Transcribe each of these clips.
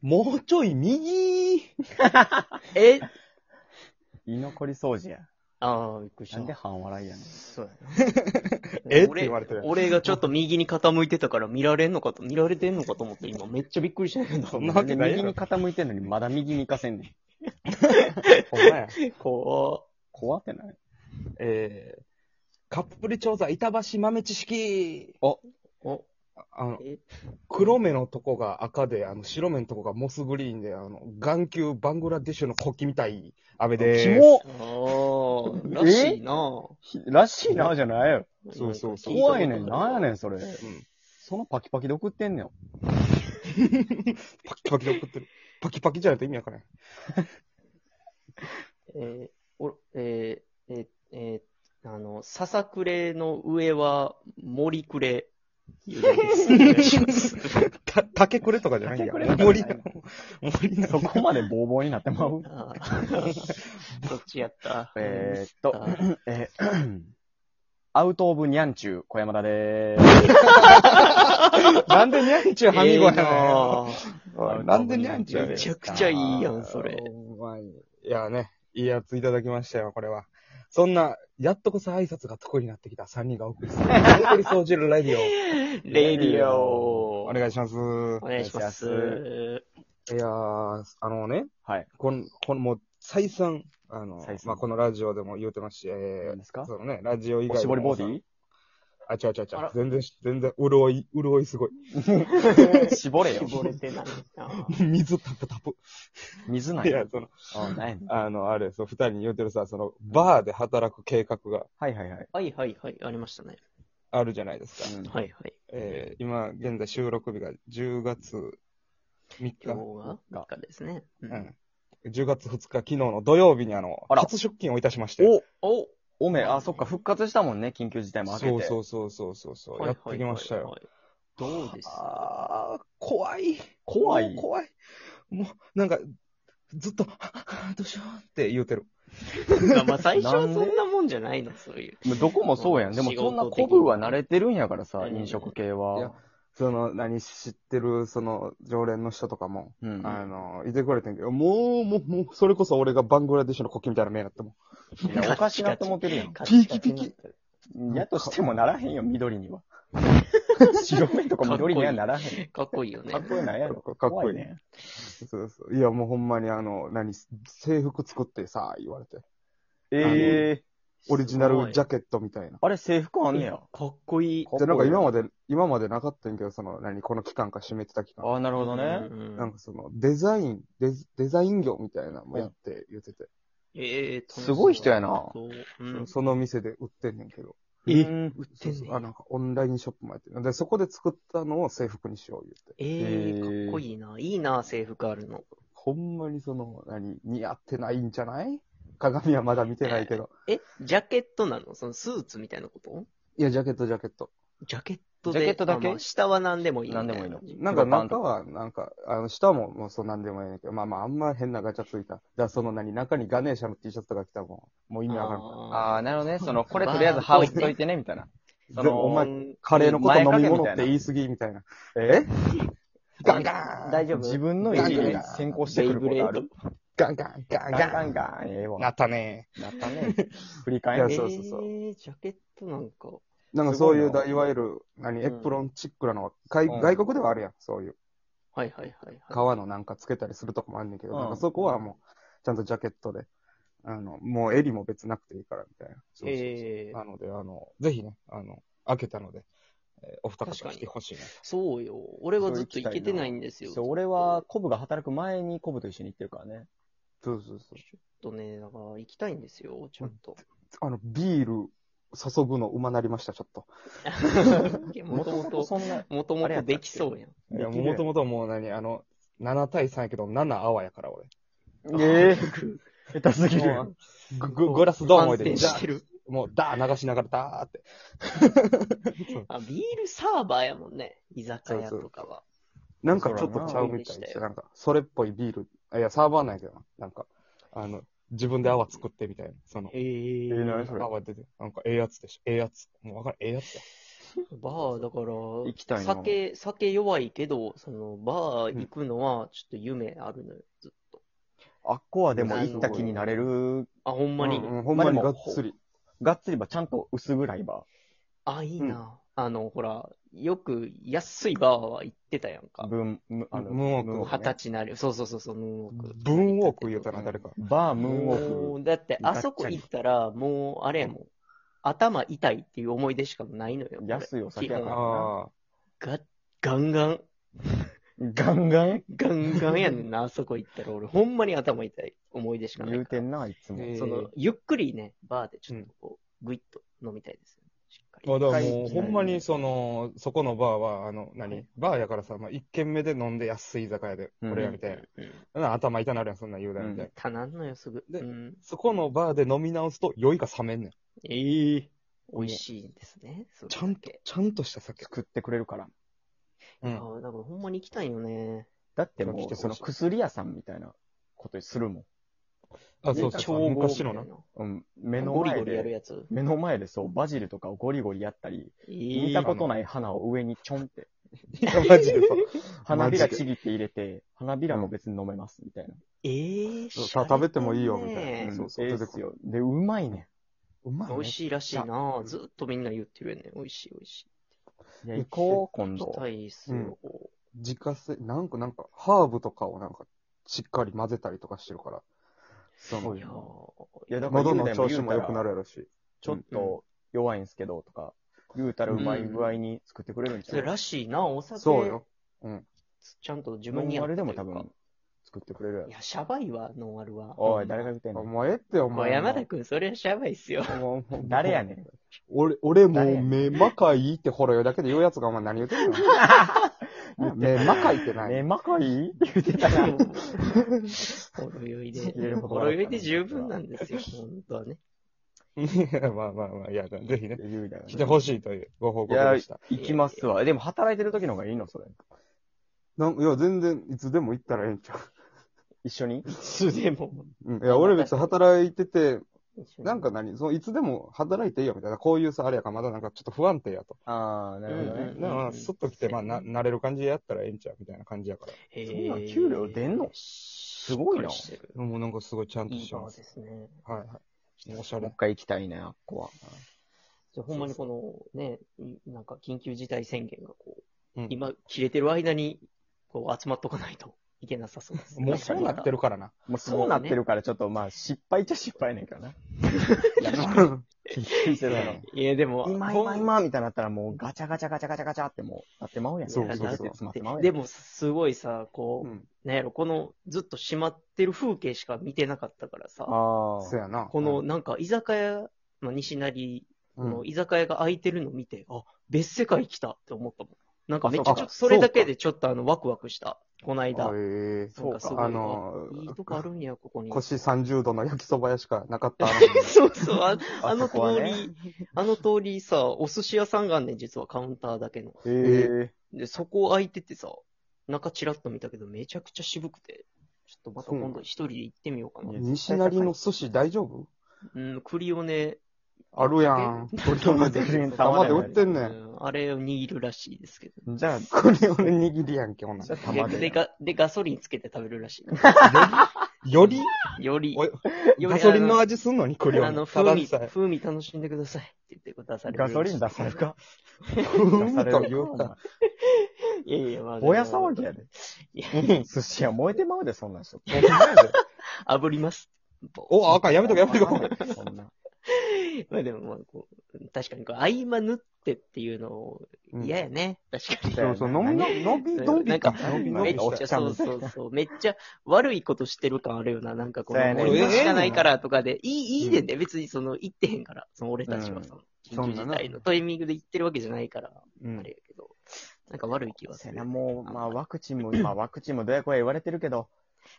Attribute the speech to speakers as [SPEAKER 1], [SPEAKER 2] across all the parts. [SPEAKER 1] もうちょい右
[SPEAKER 2] え
[SPEAKER 3] 居残り掃除や。
[SPEAKER 2] ああ、びっくりし
[SPEAKER 3] なんで
[SPEAKER 2] た。
[SPEAKER 3] 半笑いやねん。
[SPEAKER 2] そう
[SPEAKER 1] え
[SPEAKER 2] や
[SPEAKER 1] って言われてる
[SPEAKER 2] 俺俺がちょっと右に傾いてたから見られんのかと、見られてんのかと思って今めっちゃびっくりしたけ ど。
[SPEAKER 1] そんなわけないや
[SPEAKER 3] 右
[SPEAKER 1] ろ
[SPEAKER 3] に。傾いてんのにまだ右に行かせんねん。
[SPEAKER 1] ほんまや。
[SPEAKER 2] 怖
[SPEAKER 3] 怖ってない
[SPEAKER 1] えー、カップル調査、板橋豆知識。
[SPEAKER 2] お、
[SPEAKER 1] あの
[SPEAKER 2] え、
[SPEAKER 1] 黒目のとこが赤で、あの、白目のとこがモスグリーンで、あの、眼球バングラデシュの国旗みたい、雨で
[SPEAKER 3] キ
[SPEAKER 1] す。
[SPEAKER 3] モ
[SPEAKER 2] ああ、らしいな
[SPEAKER 3] らしいなじゃないよ。
[SPEAKER 1] そうそうそう
[SPEAKER 3] 怖いねん。なんやね
[SPEAKER 2] ん。
[SPEAKER 3] ん、それ。
[SPEAKER 1] うん。
[SPEAKER 3] そのパキパキで送ってんねん。
[SPEAKER 1] パキパキで送ってる。パキパキじゃないと意味わからない。
[SPEAKER 2] えー、お、えー、えー、えー、あの、ささくれの上は森く れ。ゆでですお願いします。
[SPEAKER 1] た、竹くれとかじゃないんや。
[SPEAKER 3] 竹くれ
[SPEAKER 1] 森
[SPEAKER 3] とかじゃない、
[SPEAKER 1] 森
[SPEAKER 3] そ
[SPEAKER 1] の、
[SPEAKER 3] こまでボーボーになってまう
[SPEAKER 2] あー そっちやった。
[SPEAKER 3] えー っと
[SPEAKER 2] ミス、
[SPEAKER 3] えーアウトオブニャンチュー、小山田でーす。
[SPEAKER 1] なんでニャンチュハミゴやねん
[SPEAKER 2] ええなあ
[SPEAKER 1] おいなんでニャンチュやねん
[SPEAKER 2] めちゃくちゃいいやん、それ。
[SPEAKER 1] ほんまにいやね、いいやついただきましたよ、これは。そんな、やっとこそ挨拶が得意になってきた3人がお送りする、残り掃除るラジオ。
[SPEAKER 2] レディオ。
[SPEAKER 1] お願いします。
[SPEAKER 2] お願いします。
[SPEAKER 3] お願い
[SPEAKER 1] いやー、あのね、
[SPEAKER 3] はい。
[SPEAKER 1] この、このもう、再三、あの
[SPEAKER 3] 再、三
[SPEAKER 1] まあ、このラジオでも言うてますし、え
[SPEAKER 3] 何
[SPEAKER 1] ー、
[SPEAKER 3] ですか
[SPEAKER 1] そのね、ラジオ以
[SPEAKER 3] お
[SPEAKER 1] 外
[SPEAKER 3] し
[SPEAKER 1] で
[SPEAKER 3] ぼ
[SPEAKER 1] も
[SPEAKER 3] りボディ
[SPEAKER 1] あ、違う違う違
[SPEAKER 2] あ
[SPEAKER 1] う
[SPEAKER 2] ら。
[SPEAKER 1] 全然、全然、潤い、潤いすごい。
[SPEAKER 3] 絞れよ。
[SPEAKER 2] 絞れてないな。
[SPEAKER 1] 水タプタプ。
[SPEAKER 3] 水ないいや
[SPEAKER 1] や、。その、
[SPEAKER 3] あないの
[SPEAKER 1] あの、あれ、そう、二人に言うてるさ、その、バーで働く計画が
[SPEAKER 3] はいはいはい。
[SPEAKER 2] はいはいはい、ありましたね。
[SPEAKER 1] あるじゃないですか。
[SPEAKER 3] うん
[SPEAKER 2] はいはい。
[SPEAKER 1] えー、今、現在収録日が10月3日。
[SPEAKER 2] 今日は3日ですね。う
[SPEAKER 1] う。ん。10月2日、昨日の土曜日にあの、
[SPEAKER 3] あら
[SPEAKER 1] 初出勤をいたしまして。
[SPEAKER 3] お
[SPEAKER 2] お
[SPEAKER 3] おめ、あ、そっか、復活したもんね、緊急事態も明けて。
[SPEAKER 1] そうそうそうそうそうそう、やってきましたよ。。
[SPEAKER 2] はいはいはいはいどうです
[SPEAKER 1] あー、怖い。
[SPEAKER 3] 怖い
[SPEAKER 1] もう怖い。もう、なんか、ずっと、あどうしようって言うてる。
[SPEAKER 2] まあまあ最初はそんなもんじゃないの、そういう。
[SPEAKER 3] もうどこもそうやん。でも
[SPEAKER 2] 仕
[SPEAKER 3] そ
[SPEAKER 2] 事
[SPEAKER 3] ん
[SPEAKER 2] 的
[SPEAKER 3] な
[SPEAKER 2] に
[SPEAKER 3] 古風は慣れてるんやからさ、
[SPEAKER 2] うん
[SPEAKER 3] 飲食系
[SPEAKER 1] いや
[SPEAKER 3] は。
[SPEAKER 1] その、何知ってる、その、常連の人とかも、
[SPEAKER 3] うん。
[SPEAKER 1] あの、いてくれてんけど、もう、もう、もう、それこそ俺がバングラデシュの国旗みたいな目になっても
[SPEAKER 3] いやおかしなって思ってる やん
[SPEAKER 2] カチカチ
[SPEAKER 1] ピキピキ
[SPEAKER 2] なってる。
[SPEAKER 3] やとしてもならへんよ、緑には。白目とか緑にはならへん。
[SPEAKER 2] かっこいいよね。
[SPEAKER 3] かっこよないやろ。
[SPEAKER 1] かかっこいい
[SPEAKER 3] 怖ね。
[SPEAKER 1] そうそう。いや、もうほんまにあの、何、制服作ってさ、言われて。
[SPEAKER 3] ええ
[SPEAKER 1] オリジナルジャ
[SPEAKER 2] ク
[SPEAKER 1] ケットみたいな。
[SPEAKER 3] あれ制服あんねや。
[SPEAKER 2] かっこいい。
[SPEAKER 1] で、なんか今ま
[SPEAKER 3] で。
[SPEAKER 1] で、今までなかったんやけど、その、何、この期間か閉めてた期間。
[SPEAKER 3] ああ、なるほどね。
[SPEAKER 2] うん
[SPEAKER 1] なんかその、デザイン、デズデザイン業みたいなのもやって言ってて、
[SPEAKER 2] ええ
[SPEAKER 3] すごい人やな
[SPEAKER 2] そう。うん。
[SPEAKER 1] その店で売ってんねんけど、
[SPEAKER 3] え
[SPEAKER 2] うん売ってんねん
[SPEAKER 1] そうそうあなんかオンラインショップもやってる。で、そこで作ったのを制服にしよう言って。
[SPEAKER 2] ええ
[SPEAKER 3] えー
[SPEAKER 2] かっこいいな。いいな、制服あるの。
[SPEAKER 1] ほんまにその、何、似合ってないんじゃない鏡はまだ見てないけど。
[SPEAKER 2] え、ジャケットなのそのスーツみたいなこと
[SPEAKER 1] いや、ジャケット、ジャケット。
[SPEAKER 2] ジャケット
[SPEAKER 3] ジ
[SPEAKER 2] で。
[SPEAKER 3] ャケットだけ
[SPEAKER 2] あまあ下は何でもいい。
[SPEAKER 3] 何でもいいの。
[SPEAKER 1] なんか中は、なんか、あの、下も、もうそうなんでもいいねんけど、まあまあ、あんま変なガチャついた。だからその何、中にガネーシャの T シャツとか着たらもん。もう意味わからんか
[SPEAKER 3] ああ、なるほどね。その、これ
[SPEAKER 2] まあ
[SPEAKER 3] とりあえず羽織っといてね、みたいな。
[SPEAKER 1] ら。
[SPEAKER 3] あ
[SPEAKER 1] で
[SPEAKER 3] その
[SPEAKER 1] お前、
[SPEAKER 2] 前
[SPEAKER 1] カレーのこと
[SPEAKER 3] 前掛
[SPEAKER 1] 飲み
[SPEAKER 3] け
[SPEAKER 1] 物
[SPEAKER 3] み
[SPEAKER 1] った
[SPEAKER 3] いな
[SPEAKER 1] て言い過ぎみたいな。えガンガン
[SPEAKER 2] 大丈夫
[SPEAKER 3] 自分の意
[SPEAKER 1] ガン
[SPEAKER 3] 地
[SPEAKER 1] ガン
[SPEAKER 3] に先行してくることある
[SPEAKER 1] ガンガン、ガン
[SPEAKER 3] ガン
[SPEAKER 1] ガ
[SPEAKER 3] ガ
[SPEAKER 1] ン。
[SPEAKER 3] ンガン、ええわ。
[SPEAKER 1] な
[SPEAKER 3] な
[SPEAKER 1] ったね。
[SPEAKER 3] ったね。振り
[SPEAKER 1] いや
[SPEAKER 3] 返
[SPEAKER 1] そう
[SPEAKER 3] る。
[SPEAKER 1] そうそう
[SPEAKER 2] えージャケットなんか。
[SPEAKER 1] なんかそうい
[SPEAKER 3] す
[SPEAKER 1] う
[SPEAKER 3] ごい
[SPEAKER 1] だ、
[SPEAKER 3] ない
[SPEAKER 1] わゆる、何、
[SPEAKER 2] うん
[SPEAKER 1] エプロンチックなのは、外
[SPEAKER 3] うん
[SPEAKER 1] 外国ではあるやん、そういう。
[SPEAKER 2] はいはいはいはい。
[SPEAKER 1] 革のなんかつけたりするとこもあんねんけど、
[SPEAKER 3] うん
[SPEAKER 1] なんかそこはもう、ちゃんとジャケットで、あの、もう襟も別なくていいから、みたいな。そうそうそう
[SPEAKER 2] ええ
[SPEAKER 1] なので、あの、ぜひね、あの、開けたので、えーお二方
[SPEAKER 2] 確かに
[SPEAKER 1] 来てほしいな。
[SPEAKER 2] そうよ。俺はずっと行けてないんですよ。
[SPEAKER 3] そう、俺は、コブが働く前にコブと一緒に行ってるからね。
[SPEAKER 1] そうそうそう。
[SPEAKER 2] ちょっとね、だから行きたいんですよ、ちょっと。
[SPEAKER 1] あの、ビール注ぐのうまなりました、ちょっと。
[SPEAKER 2] もともと、
[SPEAKER 3] そんな、
[SPEAKER 2] もともとできそうやん。
[SPEAKER 1] いや、
[SPEAKER 3] できる
[SPEAKER 1] もともともう何、あの、7対3やけど、7泡やから、俺。
[SPEAKER 3] ええ、下手 すぎるやん。
[SPEAKER 1] グググラスドーン置いて、
[SPEAKER 2] 反
[SPEAKER 1] じ
[SPEAKER 2] 省
[SPEAKER 1] ゃ
[SPEAKER 2] してる。
[SPEAKER 1] あもう、ダー流しながら、ダーって。
[SPEAKER 2] あ、ビールサーバーやもんね。居酒屋とかは。
[SPEAKER 1] なんかちょっとちゃうみたいですよ。なんか、それっぽいビール。いや、サーバーなんやけどな。なんか、あの、自分で泡作ってみたいな。その、
[SPEAKER 2] ええ
[SPEAKER 3] えー何それ
[SPEAKER 1] 泡出て、なんか、ええやつでしょ。ええやつ。もうわかる、ええやつだ。
[SPEAKER 2] バー、だから、
[SPEAKER 3] きたいな
[SPEAKER 2] 酒、酒弱いけど、その、バー行くのは、ちょっと夢あるのよ、ずっと。
[SPEAKER 3] あっこはでも行った気になれる、
[SPEAKER 2] あ、ほんまに。
[SPEAKER 1] うんうんほんまに
[SPEAKER 3] ま
[SPEAKER 1] が
[SPEAKER 3] あでも
[SPEAKER 1] っつり。
[SPEAKER 3] がっつりばちゃんと薄暗いば、
[SPEAKER 2] あ、いいな。あの、ほら、よく安いバーは行ってたやんか。
[SPEAKER 3] ブン、ムあの
[SPEAKER 1] ムーンウォーク
[SPEAKER 3] ムーンウォ
[SPEAKER 2] 二十
[SPEAKER 3] ークね
[SPEAKER 2] 歳なり、そうそうそうそう、ムーンウォーク。
[SPEAKER 1] 文王区言うたな、誰か。
[SPEAKER 3] バー、ムーンウォー
[SPEAKER 2] も
[SPEAKER 3] ク。
[SPEAKER 2] うだって、あそこ行ったら、もう、あれやもん。頭痛いっていう思い出しかないのよ。
[SPEAKER 3] 安いお酒やか
[SPEAKER 2] 基
[SPEAKER 3] ら
[SPEAKER 2] 本
[SPEAKER 3] な。
[SPEAKER 1] ああ。
[SPEAKER 2] が、ガンガン、
[SPEAKER 3] ガンガン
[SPEAKER 2] ガンガンやねんな、あそこ行ったら。俺、ほんまに頭痛い思い出しかない
[SPEAKER 3] 言う
[SPEAKER 2] から
[SPEAKER 3] てんな、いつも。
[SPEAKER 1] えー
[SPEAKER 2] その、ゆっくりね、バーでちょっとこう、ぐいっと飲みたいですよね。しっかり。
[SPEAKER 1] まあ、だから
[SPEAKER 3] 一
[SPEAKER 1] もう、
[SPEAKER 3] 回
[SPEAKER 1] ほんまに、その、そこのバーは、あの、
[SPEAKER 2] は
[SPEAKER 1] 何
[SPEAKER 2] い
[SPEAKER 1] バーやからさ、まあ、一軒目で飲んで安い居酒屋で、
[SPEAKER 3] うん
[SPEAKER 1] これやみたいな。
[SPEAKER 2] うんうん
[SPEAKER 1] な頭痛なるやん、そんなん言うだみたいな。
[SPEAKER 3] う
[SPEAKER 2] たなんのよ、すぐ。
[SPEAKER 1] で
[SPEAKER 2] うん、
[SPEAKER 1] そこのバーで飲み直すと酔いが冷めんねん。
[SPEAKER 2] ええ美味しいんですね。それだ
[SPEAKER 1] ち
[SPEAKER 2] け
[SPEAKER 1] ゃんと、ちゃんとした酒。
[SPEAKER 3] 作ってくれるから。
[SPEAKER 1] う
[SPEAKER 2] あ
[SPEAKER 1] ん。
[SPEAKER 2] ーだからほんまに行きたいよね。
[SPEAKER 3] だって
[SPEAKER 1] そう
[SPEAKER 3] も
[SPEAKER 1] 来てほ
[SPEAKER 3] う、
[SPEAKER 1] しい
[SPEAKER 3] その薬屋さんみたいなことするもん。
[SPEAKER 1] あ、そう
[SPEAKER 2] ね
[SPEAKER 1] そう
[SPEAKER 2] 調
[SPEAKER 1] そう。
[SPEAKER 2] 合
[SPEAKER 1] 昔のな
[SPEAKER 2] み。たい
[SPEAKER 3] うん、目の
[SPEAKER 2] ゴリ
[SPEAKER 3] 前
[SPEAKER 2] ゴリやる
[SPEAKER 3] で、
[SPEAKER 2] やつ。
[SPEAKER 3] 目の前でそう、バジルとかをゴリゴリやったり、見
[SPEAKER 2] 見
[SPEAKER 3] たことない花を上にちょんって、
[SPEAKER 1] マジでそう。
[SPEAKER 3] 花び
[SPEAKER 1] マ
[SPEAKER 3] ら
[SPEAKER 1] ジで
[SPEAKER 3] ちぎって入れて、花びらも別に飲めます、みたいな。
[SPEAKER 2] えー、
[SPEAKER 1] そう
[SPEAKER 2] 洒落
[SPEAKER 1] 食べてもいいよみたいな
[SPEAKER 2] ね
[SPEAKER 1] え
[SPEAKER 3] う
[SPEAKER 1] え
[SPEAKER 3] ん
[SPEAKER 1] そうそう
[SPEAKER 3] ええっ
[SPEAKER 1] 出てく
[SPEAKER 3] す
[SPEAKER 1] る
[SPEAKER 3] よ。で、うまいね
[SPEAKER 1] うまい、ね。
[SPEAKER 2] 美味しいらしいなずっとみんな言ってるよね。美味しい美味しい。
[SPEAKER 3] ん。いや、行こう、今
[SPEAKER 2] 行き
[SPEAKER 3] 度
[SPEAKER 2] た。いっすよ。
[SPEAKER 1] 自家製、なんか、なんか、ハーブとかをなんか、しっかり混ぜたりとかしてるから、
[SPEAKER 3] そ
[SPEAKER 2] いや
[SPEAKER 3] の
[SPEAKER 2] ー
[SPEAKER 3] いやだから
[SPEAKER 1] 喉の調子も良くなるやろし。
[SPEAKER 3] ちょっと弱いんすけど、とか、言うたらうまい具合に作ってくれるんち
[SPEAKER 2] そ
[SPEAKER 3] ゃ
[SPEAKER 2] れ
[SPEAKER 3] う
[SPEAKER 2] らしいなお酒。
[SPEAKER 1] そうよ。
[SPEAKER 2] ちゃんと自
[SPEAKER 3] ノ
[SPEAKER 2] 分に
[SPEAKER 3] ン
[SPEAKER 2] 合
[SPEAKER 3] ア
[SPEAKER 2] った
[SPEAKER 3] ル
[SPEAKER 2] とい
[SPEAKER 3] で
[SPEAKER 2] うか
[SPEAKER 3] も多分、作ってくれるやろ
[SPEAKER 2] い。や、シャバいわ、ノンアルは。
[SPEAKER 3] おい、誰が言ってん
[SPEAKER 1] お
[SPEAKER 3] の
[SPEAKER 1] 前ええって、お
[SPEAKER 2] まあ
[SPEAKER 1] 前。
[SPEAKER 2] 山田君、それはシャバい っすよ。
[SPEAKER 1] もうもう
[SPEAKER 3] 誰やねん。
[SPEAKER 1] 俺、俺も
[SPEAKER 3] 誰
[SPEAKER 1] う
[SPEAKER 3] や
[SPEAKER 1] 目まかいってほろよだけで言うやつがお前何言ってん の目まかいってない。
[SPEAKER 3] ね、まかい言ってたな。
[SPEAKER 2] ほろ酔いで
[SPEAKER 3] 入れる。ほど
[SPEAKER 2] ほろ酔いで十分なんですよ、本当はね。
[SPEAKER 1] まあまあまあ、いや、ぜひね、
[SPEAKER 3] 言うだよね
[SPEAKER 1] 来てほしいというご報告でした。
[SPEAKER 3] 行きますわ。でも働いてる時の方がいいのそれ。
[SPEAKER 1] なんいや、全然、いつでも行ったらええんちゃ
[SPEAKER 3] 一緒に
[SPEAKER 2] 素でも。
[SPEAKER 1] う。うん。いや、俺別に働いてて、なんか、何その、いつでも働いていいよみたいな、こういうさ、あれやから、まだなんかちょっと不安定やと。
[SPEAKER 3] ああ、なるほど
[SPEAKER 2] うん
[SPEAKER 3] ね。
[SPEAKER 2] うん
[SPEAKER 1] だから、すっと来て、まあ、な、慣れる感じでやったらええんちゃうみたいな感じやか
[SPEAKER 2] へー
[SPEAKER 3] そんなん給料出んの
[SPEAKER 2] す
[SPEAKER 3] ごいな
[SPEAKER 2] しっかりしてる
[SPEAKER 1] ら。もうなんかすごいちゃんと
[SPEAKER 2] い
[SPEAKER 1] し
[SPEAKER 2] い
[SPEAKER 1] て
[SPEAKER 2] バ
[SPEAKER 1] ま
[SPEAKER 2] ー
[SPEAKER 1] す。
[SPEAKER 2] ですね。
[SPEAKER 1] はいはい。おしゃ
[SPEAKER 3] もう
[SPEAKER 1] れ
[SPEAKER 3] 一。回行きたいね、あっこは。
[SPEAKER 2] じゃあほんまにこのね、いなんか緊急事態宣言がこう、
[SPEAKER 1] うん。
[SPEAKER 2] 今切れてる間にこう集まっとかないといけなさそうです。
[SPEAKER 1] もうそうなってるから な。
[SPEAKER 3] もうそうなってるから、ちょっとまあ、失敗っちゃ失敗ねんけどな。緊急事態だろ。
[SPEAKER 2] いや、でも、
[SPEAKER 3] 今
[SPEAKER 2] ほん
[SPEAKER 3] 今今みたいになったらもうガチャガチャガチャガチャガチャってもうなってまうやん。
[SPEAKER 1] そう
[SPEAKER 2] そうそう
[SPEAKER 3] なって詰まってまうやん。
[SPEAKER 2] でも、すごいさ、こ
[SPEAKER 1] うん。
[SPEAKER 2] う、なんやろ、この、ずっと閉まってる風景しか見てなかったからさ、
[SPEAKER 3] あ
[SPEAKER 1] そ
[SPEAKER 3] あ。
[SPEAKER 1] やな。
[SPEAKER 2] この、なんか、居酒屋、まあ、西成
[SPEAKER 1] うん、
[SPEAKER 2] の居酒屋が空いてるの見て、あ、別世界来たって思ったもん。なんかめっち
[SPEAKER 3] あそ
[SPEAKER 2] ゃ
[SPEAKER 3] う
[SPEAKER 2] ち
[SPEAKER 3] か
[SPEAKER 2] ょっと、それだけでちょっとあの、ワクワクした。この間。
[SPEAKER 1] あ
[SPEAKER 2] なん
[SPEAKER 1] ええ
[SPEAKER 3] そう
[SPEAKER 2] かす
[SPEAKER 3] か
[SPEAKER 2] ごい、
[SPEAKER 1] あの
[SPEAKER 2] あいいとこあるんや、ここに。
[SPEAKER 1] 腰30度の焼きそば屋しかなかった。
[SPEAKER 2] そうそう、ああの
[SPEAKER 3] そ
[SPEAKER 2] 通
[SPEAKER 3] こはね
[SPEAKER 2] り、あの通りさ、お寿司屋さんがあんねん、実はカウンターだけの。
[SPEAKER 3] ええ。
[SPEAKER 2] で、そこ空いててさ、中チラッと見たけど、めちゃくちゃ渋くて、ちょっとまた今度一人で行ってみようか
[SPEAKER 3] い
[SPEAKER 2] な
[SPEAKER 3] や。
[SPEAKER 1] 西成の寿司大丈夫
[SPEAKER 2] うん、栗をね、
[SPEAKER 1] あるや ん。
[SPEAKER 2] 栗
[SPEAKER 3] をね全然
[SPEAKER 1] 玉で
[SPEAKER 3] 玉
[SPEAKER 1] 売ってんねん。
[SPEAKER 2] ん。あれを握るらしいですけど。
[SPEAKER 3] じゃあ、
[SPEAKER 1] これ俺握りやんけ、ほな
[SPEAKER 3] じ。ゃあ玉
[SPEAKER 2] で
[SPEAKER 3] で。
[SPEAKER 2] でがで、ガソリンつけて食べるらしいか
[SPEAKER 1] より、
[SPEAKER 2] ら。より、
[SPEAKER 1] お
[SPEAKER 2] より
[SPEAKER 1] ガソリンの
[SPEAKER 2] あ
[SPEAKER 1] 味すんのに、クリ
[SPEAKER 2] の、
[SPEAKER 1] オ
[SPEAKER 2] あの
[SPEAKER 1] ン。
[SPEAKER 2] 風味、
[SPEAKER 1] ただでさえ
[SPEAKER 2] 風味楽しんでくださいって言って出されるら
[SPEAKER 3] ガ
[SPEAKER 2] しい。
[SPEAKER 3] ソリン出されるか
[SPEAKER 1] 風味と言うた。
[SPEAKER 3] ぼ
[SPEAKER 2] いやいや、まあ。
[SPEAKER 3] や騒ぎやで。
[SPEAKER 2] いや
[SPEAKER 3] 寿司屋燃えてまうで、そんな人。
[SPEAKER 2] 炙ります。ぼ
[SPEAKER 1] お、あかん、やめとけ、やめとけ。
[SPEAKER 3] け。そんな。
[SPEAKER 2] まあでも、まあこう、確かにこう、合間縫ってっていうのを嫌やね。確かに。
[SPEAKER 1] そうそう、飲み、飲み、飲みか。
[SPEAKER 3] なんか
[SPEAKER 1] 飲み、飲
[SPEAKER 2] め
[SPEAKER 1] み
[SPEAKER 2] っちゃ、
[SPEAKER 1] した。
[SPEAKER 2] そうそうそう。めっちゃ悪いことしてる感あるよな。なんかこの、
[SPEAKER 3] そうやね
[SPEAKER 2] 俺今しかないからとかで、いい、いいでね。別にその、行ってへんから。その俺たちはその、
[SPEAKER 1] うん
[SPEAKER 2] 緊急事態のタイミングで行ってるわけじゃないから、
[SPEAKER 1] うん
[SPEAKER 2] あれやけど。なんか悪い気はす
[SPEAKER 3] せ
[SPEAKER 2] る。
[SPEAKER 3] な、もう、まあ、ワクチンも、 まあ、ワクチンもどやこや言われてるけど、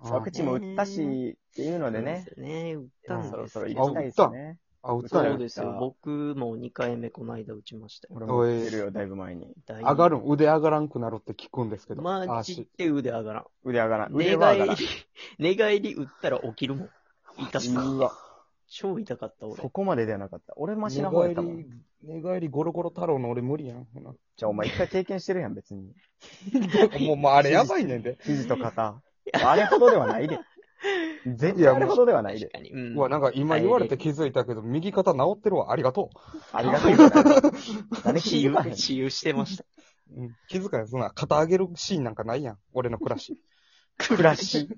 [SPEAKER 3] ワクチンも打ったし、っていうのでね、
[SPEAKER 2] そうですよね。打ったん
[SPEAKER 3] そろ
[SPEAKER 2] です
[SPEAKER 3] そろ
[SPEAKER 2] け
[SPEAKER 3] 行
[SPEAKER 2] ど
[SPEAKER 3] きたいですね。
[SPEAKER 1] あ、打った
[SPEAKER 2] そ
[SPEAKER 1] や。
[SPEAKER 2] うんですよ。僕も2回目この間打ちましたよ。
[SPEAKER 3] 俺も言ってるよ、だいぶ前に。
[SPEAKER 2] 上
[SPEAKER 1] 上がるん、腕上がらんくなるって聞くんですけど。
[SPEAKER 2] マジ
[SPEAKER 1] 足。
[SPEAKER 2] で腕上がらん。
[SPEAKER 3] 腕上がらん。
[SPEAKER 2] 寝
[SPEAKER 3] 腕は上
[SPEAKER 2] 返
[SPEAKER 3] がらん
[SPEAKER 2] り。、寝返り打ったら起きるもん。痛すぎて
[SPEAKER 3] うわ。
[SPEAKER 2] 超痛かった、俺。
[SPEAKER 3] そこまでではなかった。俺マシな
[SPEAKER 1] 寝
[SPEAKER 3] 方やっ
[SPEAKER 1] 返
[SPEAKER 3] たもん。
[SPEAKER 1] り、寝返りゴロゴロ太郎の俺無理やん。ほな
[SPEAKER 3] じゃあお前一回経験してるやん、別に。
[SPEAKER 1] もう、もうあれやばいねんで。
[SPEAKER 3] 肘と肩。あれほどではないで。絶
[SPEAKER 1] い
[SPEAKER 3] 対
[SPEAKER 1] や
[SPEAKER 3] あれほどではない
[SPEAKER 2] 確
[SPEAKER 3] で。
[SPEAKER 2] かに。うん。
[SPEAKER 1] うわ、なんか今言われて気づいたけど、右肩治ってるわ。ありがと
[SPEAKER 3] ありがとうございます。誰気
[SPEAKER 2] 私
[SPEAKER 3] づ
[SPEAKER 2] 有
[SPEAKER 3] かへん、。
[SPEAKER 2] 私有してました。
[SPEAKER 1] う。うん、気遣い、そんな、肩上げるシーンなんかないやん。俺の暮らし。
[SPEAKER 3] 暮らし。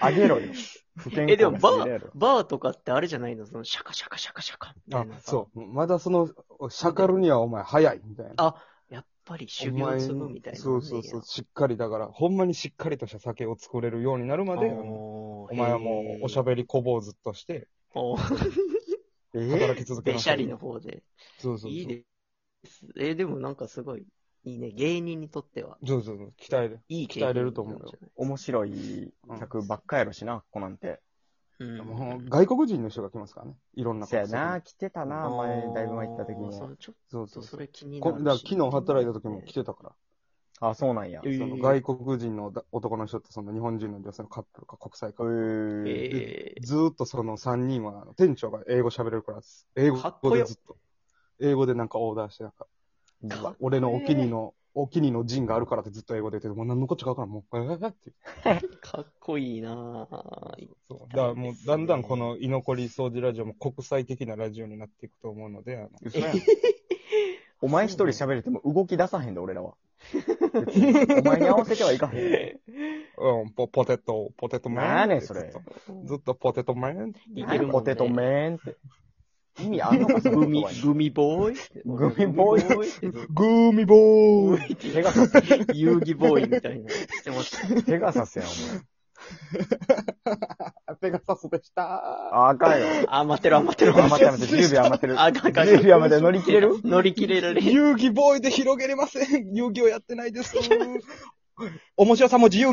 [SPEAKER 3] あげろよ。不健康
[SPEAKER 2] え、でも
[SPEAKER 3] な
[SPEAKER 2] バ
[SPEAKER 3] 人や
[SPEAKER 2] ー
[SPEAKER 3] ろ、
[SPEAKER 2] バーとかってあれじゃないのその、シャカシャカシャカシャカ。
[SPEAKER 1] あ、そう。まだその、シャカルにはお前早い、みたいな。
[SPEAKER 2] う。やっぱり修行するみたいな。
[SPEAKER 1] そうそうそう。しっかりだから、ほんまにしっかりとした酒を作れるようになるまで、お
[SPEAKER 2] お
[SPEAKER 1] 前はもうおしゃ
[SPEAKER 2] べ
[SPEAKER 1] べり小坊主として働き続け
[SPEAKER 2] べ
[SPEAKER 1] まし
[SPEAKER 2] しゃりの方で。
[SPEAKER 1] そうそうそう。
[SPEAKER 2] いいです。え、でもなんかすごい、いいね。芸人にとっては、
[SPEAKER 1] そうそうそう。期待で。
[SPEAKER 2] いい経
[SPEAKER 1] 鍛
[SPEAKER 2] 験
[SPEAKER 1] えれると思うよ
[SPEAKER 2] なんじゃない
[SPEAKER 3] 面白い客ばっかやろしな、ここなんて。
[SPEAKER 2] うん。
[SPEAKER 1] もう外国人の人が来ますからね。いろんなこと
[SPEAKER 3] そやな、来てたな、前
[SPEAKER 2] あ、ー
[SPEAKER 3] だいぶ前行った時に
[SPEAKER 2] そ
[SPEAKER 3] は。
[SPEAKER 2] れちょっ
[SPEAKER 1] そうそ
[SPEAKER 2] と
[SPEAKER 1] うそ。
[SPEAKER 2] そうれ気にな
[SPEAKER 1] こ
[SPEAKER 2] るし
[SPEAKER 1] だから昨日働いた時も来てたから。
[SPEAKER 3] あ、そうなんや。
[SPEAKER 2] え
[SPEAKER 3] え
[SPEAKER 2] ー
[SPEAKER 1] その外国人のだ男の人とその日本人の女性のカップルか国際カップ
[SPEAKER 3] ー、
[SPEAKER 2] え
[SPEAKER 1] ル。ずーっとその3人は、店長が英語喋れるから、英
[SPEAKER 2] かっ
[SPEAKER 1] 語
[SPEAKER 2] こ
[SPEAKER 1] で
[SPEAKER 2] よ
[SPEAKER 1] ずっと。英語でなんかオーダーして、なんか、
[SPEAKER 3] うわ
[SPEAKER 1] 俺のお気に入りの、お気に入りの人があるからってずっと英語で言ってて、もう何のこっちゃわからん、もう、えーって。
[SPEAKER 2] ー、かっこいいなぁ。
[SPEAKER 1] そう。だからもう、だんだんこの居残り掃除ラジオも国際的なラジオになっていくと思うので、あの、
[SPEAKER 3] 嘘やん。お前一人喋れても動き出さへんで、俺らは。別にお前に合わせてはいかへん。
[SPEAKER 1] うん、ポポテト、ポテトメン。
[SPEAKER 3] なあねんそれ
[SPEAKER 1] ずっと ずっとポテトメン。
[SPEAKER 2] いけるもんね
[SPEAKER 3] ポテトメーンって。意味あんのか、そ
[SPEAKER 2] グ
[SPEAKER 3] の言
[SPEAKER 2] ミ
[SPEAKER 3] 葉、に
[SPEAKER 2] グミボーイ
[SPEAKER 3] グミボーイ
[SPEAKER 2] グミボってずっと
[SPEAKER 1] グーミボーイ
[SPEAKER 3] ペガサス、
[SPEAKER 2] 遊戯ボーイみたいなのしてました。
[SPEAKER 3] ペガサスやん、
[SPEAKER 1] ペガサスでした。
[SPEAKER 3] お前。あかんよ。
[SPEAKER 2] あ、待ってる、あ待ってる、あ
[SPEAKER 3] 余ってる余ってる。10秒余ってる。
[SPEAKER 2] あかんあかん
[SPEAKER 3] 10秒まで乗り切れる
[SPEAKER 2] 乗り切れられへん。
[SPEAKER 1] 遊戯ボーイで広げれません。遊戯をやってないです。面白さも自由